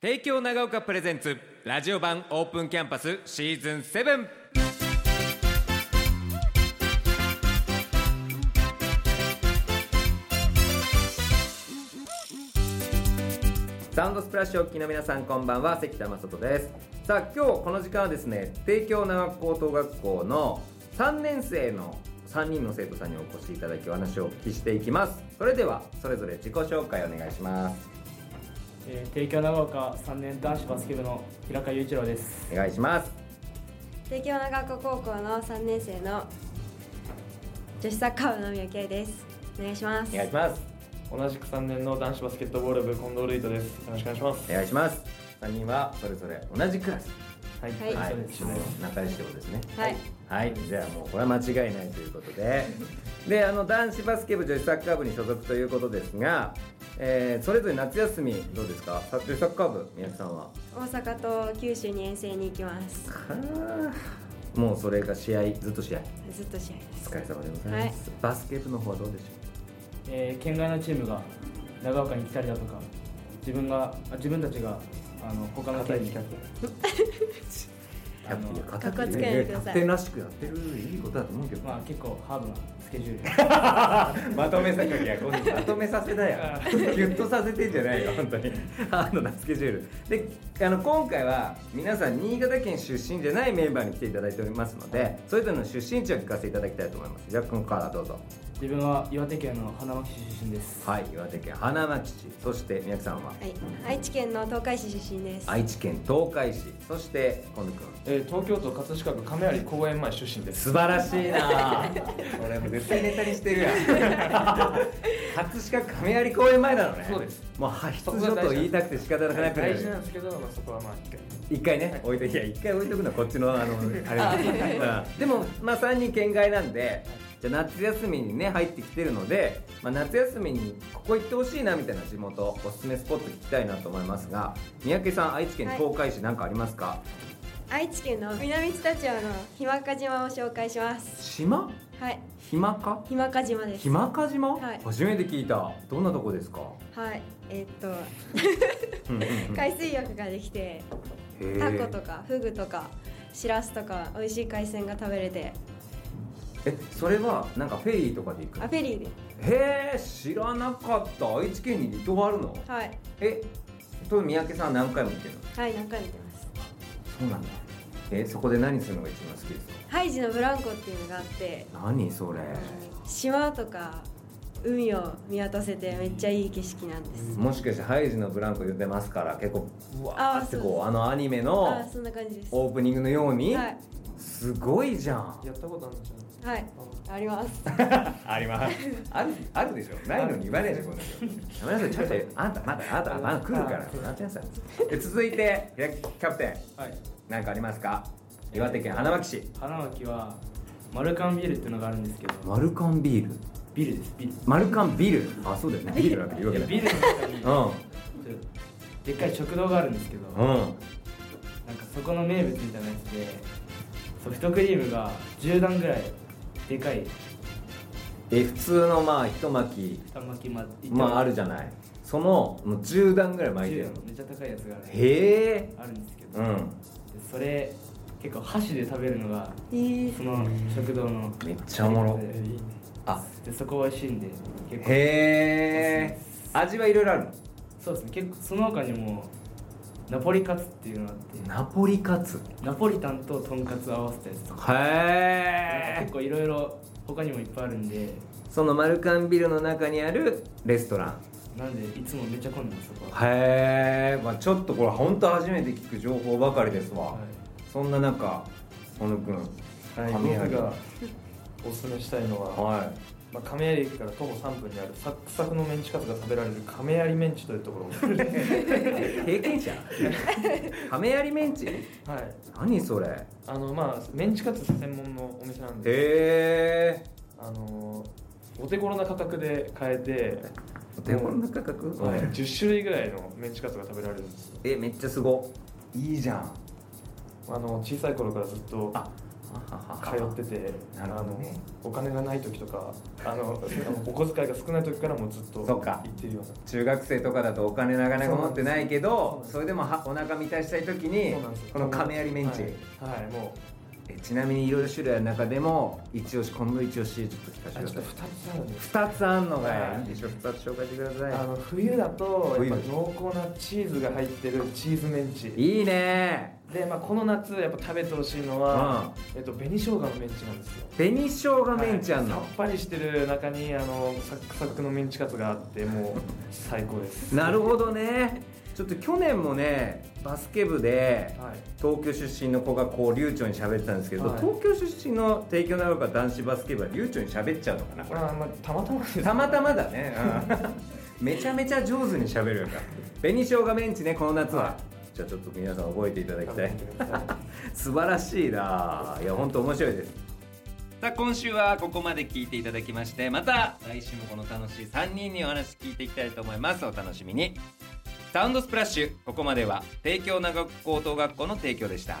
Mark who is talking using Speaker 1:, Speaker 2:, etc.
Speaker 1: 帝京長岡プレゼンツラジオ版オープンキャンパスシーズン7サウンドスプラッシュをお聞きの皆さんこんばんは関田正人ですさあ今日この時間はですね帝京長岡高等学校の3年生の3人の生徒さんにお越しいただきお話をお聞きしていきますそれではそれぞれ自己紹介お願いします
Speaker 2: えー、帝京長岡3年男子バスケ部の平川雄一郎です。
Speaker 1: お願いします
Speaker 3: 帝京長岡高校の3年生の女子サッカー部の宮慶ですお願いします
Speaker 1: お願いします
Speaker 4: 同じく3年の男子バスケットボール部近藤瑠衣斗ですよろしくお願いします
Speaker 1: お願いします3人はそれぞれ同じクラス
Speaker 4: はい
Speaker 3: はい
Speaker 1: はい
Speaker 2: そうです
Speaker 1: 一緒の仲良しってことですね
Speaker 3: はい
Speaker 1: はいじゃあもうこれは間違いないということでであの男子バスケ部女子サッカー部に所属ということですが、えーそれぞれ夏休みどうですかさ女子サッカー部宮城さんは
Speaker 3: 大阪と九州に遠征に行きます
Speaker 1: もうそれが試合ずっと試合
Speaker 3: ずっと試合で
Speaker 1: お
Speaker 3: す
Speaker 1: 疲れ様でございます、バスケ部の方はどうでしょ
Speaker 2: えー、県外のチームが長岡に来たりだとか、自分があ自分たちがあの他の県に
Speaker 1: うキャプテンいや
Speaker 3: かっこつ
Speaker 1: キ
Speaker 3: けないでくださ
Speaker 1: ャ
Speaker 3: い
Speaker 1: プテンらしくやってるいいことだと思うけど、
Speaker 2: まあ結構ハードなスケジュール。
Speaker 1: まとめさせやまとめさせだよギュッとさせてんじゃ ないよ本当にハードなスケジュールであの今回は皆さん新潟県出身じゃないメンバーに来ていただいておりますのでそれぞれの出身地を聞かせていただきたいと思いますじゃあここからどうぞ
Speaker 2: 自分は岩手県の花巻市出身です。
Speaker 1: はい岩手県花巻市そして宮城さんは
Speaker 3: はい愛知県の東海市出身です
Speaker 1: 愛知県東海市そして近藤君
Speaker 4: えー東京都葛飾区亀有公園前出身です
Speaker 1: 素晴らしいな 俺もう絶対ネタにしてるやん 葛飾亀有公園前なのね
Speaker 4: そうです
Speaker 1: もう派出所と言いたくて仕方がなくな
Speaker 4: 大
Speaker 1: る
Speaker 4: 事なんですけど、まあ、そこはまあ一回
Speaker 1: 一回ね置いていや一回置いとくのはこっちのあのあれだうんでもまあ3人県外なんでじゃあ夏休みにね入ってきてるので、まあ、夏休みにここ行ってほしいなみたいな地元おすすめスポット聞きたいなと思いますが三宅さん愛知県東海市なんかありますか、
Speaker 3: 愛知県の南知多町のひまか島を紹介します
Speaker 1: 島
Speaker 3: はい
Speaker 1: ひまか
Speaker 3: ひまか島です
Speaker 1: ひまか島、
Speaker 3: はい
Speaker 1: 初めて聞いたどんなとこですか、
Speaker 3: はいえーっと
Speaker 1: うん うんうん
Speaker 3: 海水浴ができて
Speaker 1: へー
Speaker 3: タコとかフグとかシラスとか美味しい海鮮が食べれて
Speaker 1: えそれはなんかフェリーとかで行く
Speaker 3: あフェリーで
Speaker 1: へえ知らなかった愛知県に離島あるの
Speaker 3: はい
Speaker 1: えと三宅さんは何回も行ってるの
Speaker 3: はい何回も行ってます
Speaker 1: そうなんだ。え、そこで何するのが一番好きですか。
Speaker 3: ハイジのブランコっていうのがあって
Speaker 1: 何それ。
Speaker 3: 島とか海を見渡せてめっちゃいい景色なんです、
Speaker 1: もしかしてハイジのブランコ言ってますから、結構。うわーって
Speaker 3: あそう
Speaker 1: こ
Speaker 3: で
Speaker 1: う、
Speaker 3: す
Speaker 1: あのアニメ
Speaker 3: あ
Speaker 1: の
Speaker 3: ー。そんな感じですは
Speaker 1: オープニングのように。
Speaker 3: い
Speaker 1: すごいじゃん。
Speaker 4: やったことあるんじゃない
Speaker 3: はいあります
Speaker 1: あります。ある、あるでしょないのに言わねえじゃん、こんなの。やめなさい、ちょっと、あんた、まだ、あんた、まだ来るから、なんてやさい。で続いて、えキャプテ
Speaker 2: はい。
Speaker 1: ン、なんかありますか。岩手県花巻市。
Speaker 2: 花巻はマルカンビールっていうのがあるんですけど、
Speaker 1: マルカンビール。
Speaker 2: ビルですビル。
Speaker 1: マルカンビール。あ、そうだよね。ビールなんて言うわけ
Speaker 2: い
Speaker 1: な
Speaker 2: や
Speaker 1: い。
Speaker 2: ビルの中にちょっ
Speaker 1: う
Speaker 2: とでっかい食堂があるんですけど。
Speaker 1: ん。うん。
Speaker 2: なんかそこの名物みたいなやつでソフトクリームが10段ぐらいでかい
Speaker 1: え普通のまあ一巻き
Speaker 2: 玉巻きま
Speaker 1: まああるじゃないそのもう10段ぐらい巻いて
Speaker 2: 10
Speaker 1: る
Speaker 2: のめっちゃ高いやつがね
Speaker 1: へえ
Speaker 2: あるんですけど、
Speaker 1: う
Speaker 2: で
Speaker 1: ん
Speaker 2: それ結構箸で食べるのが
Speaker 3: えー
Speaker 2: その食堂の
Speaker 1: めっちゃおもろ
Speaker 2: で
Speaker 1: あ
Speaker 2: でそこ美味しいんで結
Speaker 1: へ
Speaker 2: 構
Speaker 1: え味はいろいろあるの
Speaker 2: そうですね結構その他にもナポリカツっていうのがあって
Speaker 1: ナポリカツ
Speaker 2: ナポリタンととんかつを合わせたやつとかなんか
Speaker 1: へえ
Speaker 2: 結構いろいろ他にもいっぱいあるんで
Speaker 1: そのマルカンビルの中にあるレストラン
Speaker 2: なんでいつもめっちゃ混んでますそこは、
Speaker 1: へえ、まあ、ちょっとこれ本当初めて聞く情報ばかりですわ、
Speaker 2: はい
Speaker 1: そんな中小野君
Speaker 4: はい、
Speaker 1: 亀有
Speaker 4: 僕がおすすめしたいのは、
Speaker 1: は
Speaker 4: まあ、亀有駅から徒歩3分にあるサックサクのメンチカツが食べられる亀有メンチというところを
Speaker 1: い経験 者亀有メンチ
Speaker 4: はい
Speaker 1: 何それへ
Speaker 4: あのまあメンチカツ専門のお店なんで
Speaker 1: え
Speaker 4: あのお手頃な価格で買えて
Speaker 1: お手頃な価格、
Speaker 4: はい、10種類ぐらいのメンチカツが食べられるんですよ
Speaker 1: えめっちゃすごいいじゃん
Speaker 4: あの小さい頃からずっと
Speaker 1: あ
Speaker 4: 通ってて、
Speaker 1: な
Speaker 4: あ
Speaker 1: るほど
Speaker 4: の
Speaker 1: ね
Speaker 4: お金がない時とかあの お小遣いが少ない時からもうずっと
Speaker 1: そ
Speaker 4: 行
Speaker 1: うか
Speaker 4: ってるような
Speaker 1: 中学生とかだとお金なかなか持ってないけど
Speaker 4: そう
Speaker 1: それでもはお腹満たしたい時に
Speaker 4: そうなんですよ
Speaker 1: この亀有メンチ、
Speaker 4: はい、はいも
Speaker 1: えちなみにいろいろ種類ある中でも一押し今度一押しちょっと聞か
Speaker 4: う
Speaker 1: せ
Speaker 4: あ
Speaker 1: て
Speaker 4: ちょ
Speaker 1: く
Speaker 4: っと
Speaker 1: ださ
Speaker 4: 2
Speaker 1: い
Speaker 4: つあるんです
Speaker 1: 2つあんのが
Speaker 4: はい
Speaker 1: いいでしょ2つ紹介してくだ
Speaker 4: あ
Speaker 1: さ
Speaker 4: の冬だとやっ
Speaker 1: 冬
Speaker 4: ぱ濃厚なチーズが入ってるチーズメンチ
Speaker 1: いいいね
Speaker 4: で、まあ、この夏やっぱ食べてほしいのは、えっと、紅生姜のメンチなんですよ
Speaker 1: 紅生姜メンチあんの、
Speaker 4: はいさっぱりしてる中にあのサクサクのメンチカツがあってもう最高です
Speaker 1: なるほどねちょっと去年もねバスケ部で
Speaker 4: はい
Speaker 1: 東京出身の子がこう流暢に喋ってたんですけど、
Speaker 4: はい
Speaker 1: 東京出身の帝京長岡男子バスケ部は流暢に喋っちゃうのかなこ
Speaker 4: こ
Speaker 1: れ
Speaker 4: れは、まあ、たまたまです
Speaker 1: たまたまだね、 うんめちゃめちゃ上手に喋るよな紅生姜メンチねこの夏は、
Speaker 4: は
Speaker 1: じゃあちょっと皆さん覚えていただき
Speaker 4: 食
Speaker 1: た
Speaker 4: べ
Speaker 1: い
Speaker 4: てください
Speaker 1: 素晴らしいないや本当面白いですさあ今週はここまで聞いていただきましてまた来週もこの楽しい3人にお話聞いていきたいと思いますお楽しみにサウンドスプラッシュここまでは帝京長岡高等学校の提供でした